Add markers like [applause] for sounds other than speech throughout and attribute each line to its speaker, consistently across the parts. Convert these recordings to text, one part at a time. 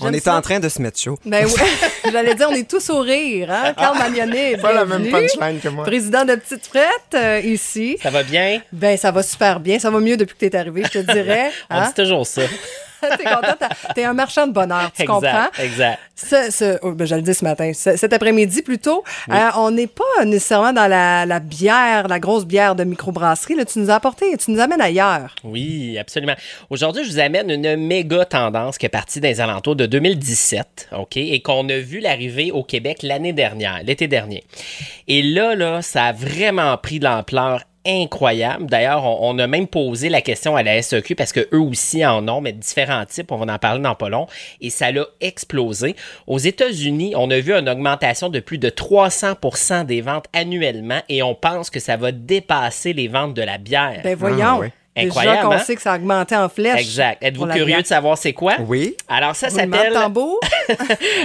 Speaker 1: On
Speaker 2: J'aime
Speaker 1: est
Speaker 2: ça.
Speaker 1: en train de se mettre chaud.
Speaker 2: Ben oui, [laughs] j'allais dire, on est tous au rire, hein? Carl Magnonet,
Speaker 3: Pas la
Speaker 2: bienvenue.
Speaker 3: même punchline que moi.
Speaker 2: Président de Petite Frette, euh, ici.
Speaker 4: Ça va bien?
Speaker 2: Ben, ça va super bien. Ça va mieux depuis que t'es arrivé, je te dirais.
Speaker 4: [laughs] On
Speaker 2: Hein?
Speaker 4: dit toujours ça.
Speaker 2: [laughs] t'es content? t'as- T'es un marchand de bonheur, tu comprends?
Speaker 4: exact, exact.
Speaker 2: Ce, ce- oh, ben, je le dis ce matin, ce- cet après-midi plutôt, euh, on n'est pas nécessairement dans la, la bière, la grosse bière de microbrasserie. Là, tu nous as apporté, tu nous amènes ailleurs.
Speaker 4: Oui, absolument. Aujourd'hui, je vous amène une méga tendance qui est partie dans les alentours de 2017, OK, et qu'on a vu l'arrivée au Québec l'année dernière, l'été dernier. Et là, là, ça a vraiment pris de l'ampleur incroyable. D'ailleurs, on, on a même posé la question à la SEQ parce que eux aussi en ont, mais de différents types. On va en parler dans pas long. Et ça l'a explosé. Aux États-Unis, on a vu une augmentation de plus de 300 des ventes annuellement et on pense que ça va dépasser les ventes de la bière.
Speaker 2: Ben voyons.
Speaker 1: Ah, oui.
Speaker 4: Incroyable,
Speaker 2: Déjà qu'on
Speaker 4: hein?
Speaker 2: sait que ça a augmenté en flèche.
Speaker 4: Exact. Êtes-vous
Speaker 2: pour la
Speaker 4: curieux
Speaker 2: bière.
Speaker 4: de savoir c'est quoi?
Speaker 1: Oui.
Speaker 4: Alors, ça
Speaker 2: Roulement de
Speaker 4: s'appelle
Speaker 2: tambour.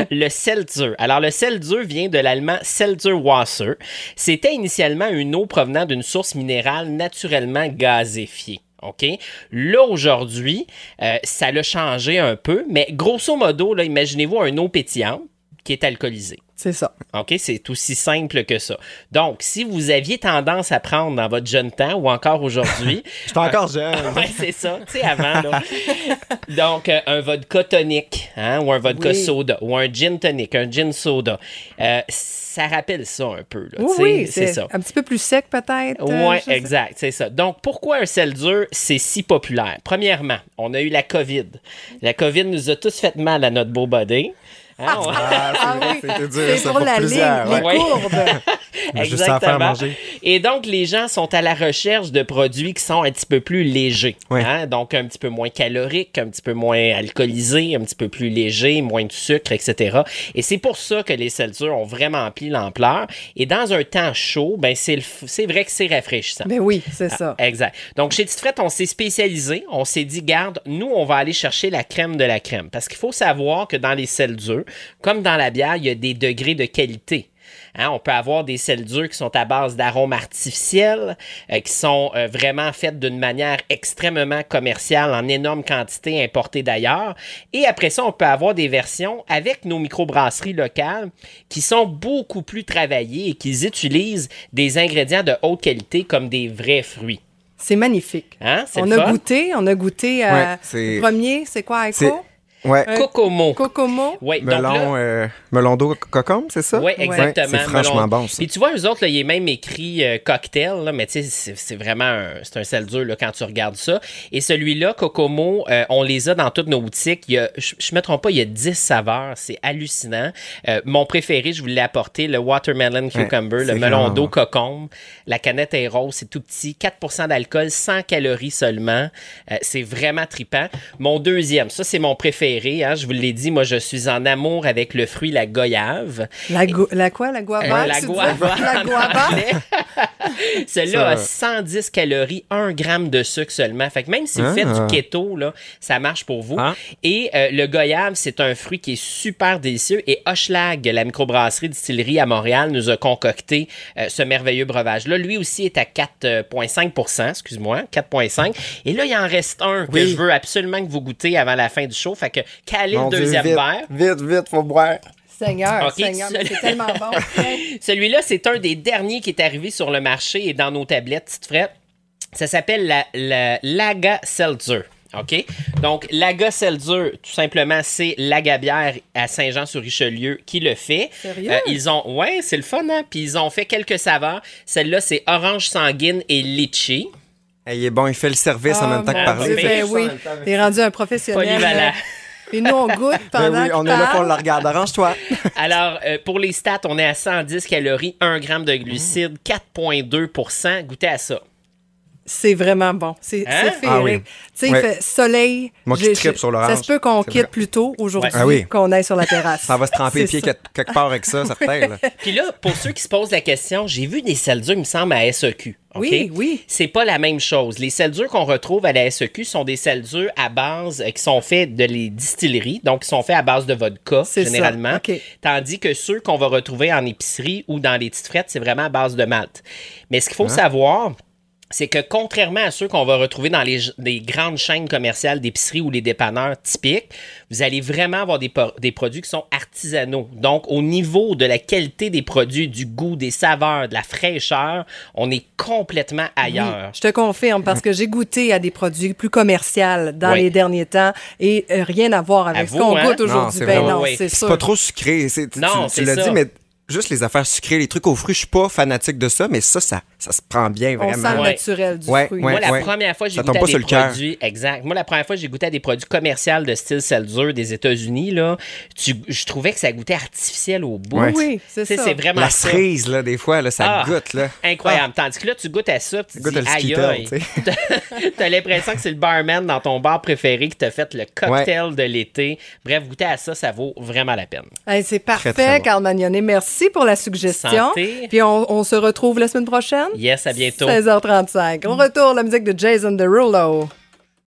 Speaker 4: le Seltzer. Alors, le Seltzer vient de l'allemand Seltzerwasser. C'était initialement une eau provenant d'une source minérale naturellement gazéfiée. OK? Là, aujourd'hui, euh, ça l'a changé un peu, mais grosso modo, là, imaginez-vous un eau pétillante qui est alcoolisée.
Speaker 2: C'est ça.
Speaker 4: OK? C'est aussi simple que ça. Donc, si vous aviez tendance à prendre dans votre jeune temps ou encore aujourd'hui,
Speaker 3: Je suis encore jeune.
Speaker 4: [laughs] Ouais, c'est ça, tu sais, avant, là. Donc, euh, un vodka tonic, hein, ou un vodka
Speaker 2: Oui.
Speaker 4: soda, ou un gin tonic, un gin soda. Euh, ça rappelle ça un peu, là.
Speaker 2: Oui,
Speaker 4: tu sais,
Speaker 2: oui,
Speaker 4: c'est ça.
Speaker 2: Un petit peu plus sec peut-être. euh,
Speaker 4: Oui,
Speaker 2: je sais
Speaker 4: exact, c'est ça. Donc, pourquoi un sel dur, c'est si populaire? Premièrement, on a eu la COVID. La COVID nous a tous fait mal à notre beau body. Hein,
Speaker 3: [laughs]
Speaker 4: on-
Speaker 3: Ah, c'est
Speaker 2: Ah
Speaker 3: vrai,
Speaker 2: oui,
Speaker 3: c'était dur,
Speaker 2: C'est
Speaker 3: ça,
Speaker 2: pour la
Speaker 3: plusieurs,
Speaker 2: ligne, les
Speaker 1: [laughs]
Speaker 4: ouais.
Speaker 2: courbes.
Speaker 3: Mais juste à faire manger.
Speaker 4: Et donc, les gens sont à la recherche de produits qui sont un petit peu plus légers.
Speaker 1: Ouais.
Speaker 4: hein, Donc, un petit peu moins caloriques, un petit peu moins alcoolisés, un petit peu plus légers, moins de sucre, etc. Et c'est pour ça que les seltzers ont vraiment pris l'ampleur. Et dans un temps chaud, ben c'est le f- c'est vrai que c'est rafraîchissant.
Speaker 2: Ben oui, c'est ça.
Speaker 4: Exact. Donc, chez Petite Frette, on s'est spécialisé. On s'est dit, garde, nous, on va aller chercher la crème de la crème. Parce qu'il faut savoir que dans les sels durs, comme dans la bière, il y a des degrés de qualité. Hein, on peut avoir des sels durs qui sont à base d'arômes artificiels, euh, qui sont euh, vraiment faites d'une manière extrêmement commerciale, en énorme quantité importée d'ailleurs. Et après ça, on peut avoir des versions avec nos microbrasseries locales qui sont beaucoup plus travaillées et qui utilisent des ingrédients de haute qualité comme des vrais fruits.
Speaker 2: C'est magnifique.
Speaker 4: Hein, c'est
Speaker 2: On
Speaker 4: le
Speaker 2: a
Speaker 4: fun?
Speaker 2: goûté, on a goûté euh,
Speaker 1: Ouais, c'est-
Speaker 2: le premier, c'est quoi,
Speaker 1: C'est-
Speaker 2: Echo?
Speaker 1: Ouais.
Speaker 2: Euh,
Speaker 4: Kokomo.
Speaker 2: Kokomo?
Speaker 4: Oui, donc là-
Speaker 1: melon, euh, melon d'eau cocombe, c'est ça?
Speaker 4: Oui, exactement.
Speaker 1: c'est franchement
Speaker 4: melon.
Speaker 1: bon, ça.
Speaker 4: Puis tu vois, eux autres, là, il est même écrit euh, cocktail, là, mais tu sais, c'est c'est vraiment un, c'est un sel dur là, quand tu regardes ça. Et celui-là, Kokomo, euh, on les a dans toutes nos boutiques. Il y a- Je ne me trompe pas, il y a 10 saveurs. C'est hallucinant. Euh, mon préféré, je vous l'ai apporté, le watermelon cucumber, le
Speaker 1: c'est
Speaker 4: melon
Speaker 1: vraiment
Speaker 4: d'eau
Speaker 1: bon.
Speaker 4: cocombe. La canette est rose, c'est tout petit. 4 d'alcool, 100 calories seulement. Euh, c'est vraiment tripant. Mon deuxième, ça, c'est mon préféré. hein. je vous l'ai dit, moi, je suis en amour avec le fruit, la goyave.
Speaker 2: La, go- la quoi, la guava?
Speaker 4: Euh, la
Speaker 2: tu dis-
Speaker 4: guava.
Speaker 2: La
Speaker 4: [laughs]
Speaker 2: guava?
Speaker 4: Celui-là a 110 calories, 1 gramme de sucre seulement. Fait que même si vous
Speaker 1: Ah.
Speaker 4: faites du keto, là, ça marche pour vous.
Speaker 1: Ah.
Speaker 4: Et euh, le goyave, c'est un fruit qui est super délicieux. Et Hochelag, la microbrasserie distillerie à Montréal, nous a concocté euh, ce merveilleux breuvage-là. Lui aussi est à 4,5 excuse-moi, 4,5 Et là, il en reste un que
Speaker 1: Oui.
Speaker 4: je veux absolument que vous goûtez avant la fin du show. Fait que calez
Speaker 3: Mon
Speaker 4: le
Speaker 3: Dieu,
Speaker 4: deuxième
Speaker 3: vite,
Speaker 4: verre.
Speaker 3: Vite, vite, faut boire.
Speaker 2: Seigneur,
Speaker 4: Ok,
Speaker 2: Seigneur, mais
Speaker 4: celui-
Speaker 2: c'est tellement
Speaker 4: [laughs]
Speaker 2: bon. Oh
Speaker 4: Celui-là, c'est un des derniers qui est arrivé sur le marché et dans nos tablettes, petite frette. Ça s'appelle la, la- Laga Seltzer. OK? Donc, Laga Seltzer, tout simplement, c'est Laga Bière à Saint-Jean-sur-Richelieu qui le fait. Euh,
Speaker 2: Sérieux?
Speaker 4: ils ont. Ouais, c'est le fun, hein? Puis ils ont fait quelques saveurs. Celle-là, c'est orange sanguine et litchi.
Speaker 1: Eh, il est bon, il fait le service en même temps que
Speaker 4: mon
Speaker 1: parler.
Speaker 4: Dieu.
Speaker 2: Ben oui, t'es rendu un professionnel. [laughs]
Speaker 4: Polyvalent.
Speaker 2: euh, Et nous, on goûte pendant
Speaker 1: Ben oui, on
Speaker 2: qu'il
Speaker 1: est là pour
Speaker 2: parle.
Speaker 1: le regarde. Arrange-toi.
Speaker 4: Alors, euh, pour les stats, on est à 110 calories, 1 gramme de glucides, 4,2 Goûtez à ça.
Speaker 2: C'est vraiment bon. C'est
Speaker 4: Hein?
Speaker 2: c'est féerique.
Speaker 1: Ah oui.
Speaker 2: Tu sais, il
Speaker 1: Ouais.
Speaker 2: fait soleil.
Speaker 1: Moi qui
Speaker 2: J'ai-
Speaker 1: trippe
Speaker 2: j'ai-
Speaker 1: sur l'orange.
Speaker 2: Ça se peut qu'on
Speaker 1: C'est
Speaker 2: quitte
Speaker 1: vrai.
Speaker 2: plus tôt aujourd'hui,
Speaker 1: Ouais. Ah oui.
Speaker 2: qu'on aille sur la terrasse.
Speaker 1: [laughs] Ça va se tremper les
Speaker 2: C'est
Speaker 1: pieds
Speaker 2: ça.
Speaker 1: quelque, quelque part avec
Speaker 2: [laughs]
Speaker 1: ça, certain. là.
Speaker 4: Puis là, pour ceux qui se posent la question, j'ai vu des selles dures, il me semble, à SEQ. OK?
Speaker 2: Oui, oui.
Speaker 4: C'est pas la même chose. Les selles dures qu'on retrouve à la SEQ sont des selles dures à base euh, qui sont faites de les distilleries, donc qui sont faites à base de vodka,
Speaker 2: C'est ça.
Speaker 4: généralement.
Speaker 2: OK.
Speaker 4: Tandis que ceux qu'on
Speaker 2: Ah.
Speaker 4: va retrouver en épicerie ou dans les petites frettes, c'est vraiment à base de malt. Mais ce qu'il faut savoir, c'est que contrairement à ceux qu'on va retrouver dans les, les grandes chaînes commerciales d'épicerie ou les dépanneurs typiques, vous allez vraiment avoir des, por- des produits qui sont artisanaux. Donc, au niveau de la qualité des produits, du goût, des saveurs, de la fraîcheur, on est complètement ailleurs.
Speaker 2: Je te confirme parce que j'ai goûté à des produits plus commerciaux dans
Speaker 4: Oui.
Speaker 2: les derniers temps et euh, rien à voir avec
Speaker 4: Avoue,
Speaker 2: ce qu'on
Speaker 4: hein?
Speaker 2: goûte
Speaker 4: Non,
Speaker 2: aujourd'hui.
Speaker 1: c'est
Speaker 2: Ben
Speaker 1: vrai.
Speaker 2: non,
Speaker 4: Oui.
Speaker 2: c'est
Speaker 1: C'est
Speaker 2: sûr.
Speaker 1: pas trop sucré. c'est- tu-
Speaker 4: Non,
Speaker 1: tu-
Speaker 4: c'est
Speaker 1: tu l'as
Speaker 4: ça.
Speaker 1: dit, mais juste les affaires sucrées, les trucs aux fruits, je suis pas fanatique de ça, mais ça, ça, ça se prend bien
Speaker 2: On
Speaker 1: vraiment.
Speaker 2: sent le
Speaker 4: Ouais.
Speaker 2: naturel du
Speaker 1: Ouais,
Speaker 2: fruit.
Speaker 1: ouais.
Speaker 4: Moi, la première fois, j'ai
Speaker 1: Ça tombe
Speaker 4: goûté à
Speaker 1: pas
Speaker 4: des
Speaker 1: sur le cœur.
Speaker 4: produits. Exact. Moi, la première fois, j'ai goûté à des produits commerciaux de style Seltzer des États-Unis. Là, tu- je trouvais que ça goûtait artificiel au bout.
Speaker 1: Ouais.
Speaker 2: Oui, c'est
Speaker 4: Tu sais,
Speaker 2: ça.
Speaker 4: C'est vraiment
Speaker 1: La
Speaker 4: ça.
Speaker 1: cerise, là, des fois, là, ça
Speaker 4: Ah,
Speaker 1: goûte. Là. Ah.
Speaker 4: Incroyable. Tandis que là, tu goûtes à ça, puis tu
Speaker 1: Goûte
Speaker 4: dis
Speaker 1: à le
Speaker 4: aïe
Speaker 1: Skittles,
Speaker 4: aïe.
Speaker 1: tu
Speaker 4: [laughs] T'as l'impression que c'est le barman dans ton bar préféré qui t'a fait le cocktail de l'été. Bref, goûter à ça, ça vaut vraiment la peine.
Speaker 2: Hey, c'est parfait,
Speaker 1: très bon.
Speaker 2: Carl Magnonet. Merci pour la suggestion.
Speaker 4: Santé.
Speaker 2: Puis on, on se retrouve la semaine prochaine.
Speaker 4: Yes, à bientôt.
Speaker 2: 16h35. On retourne la musique de Jason Derulo.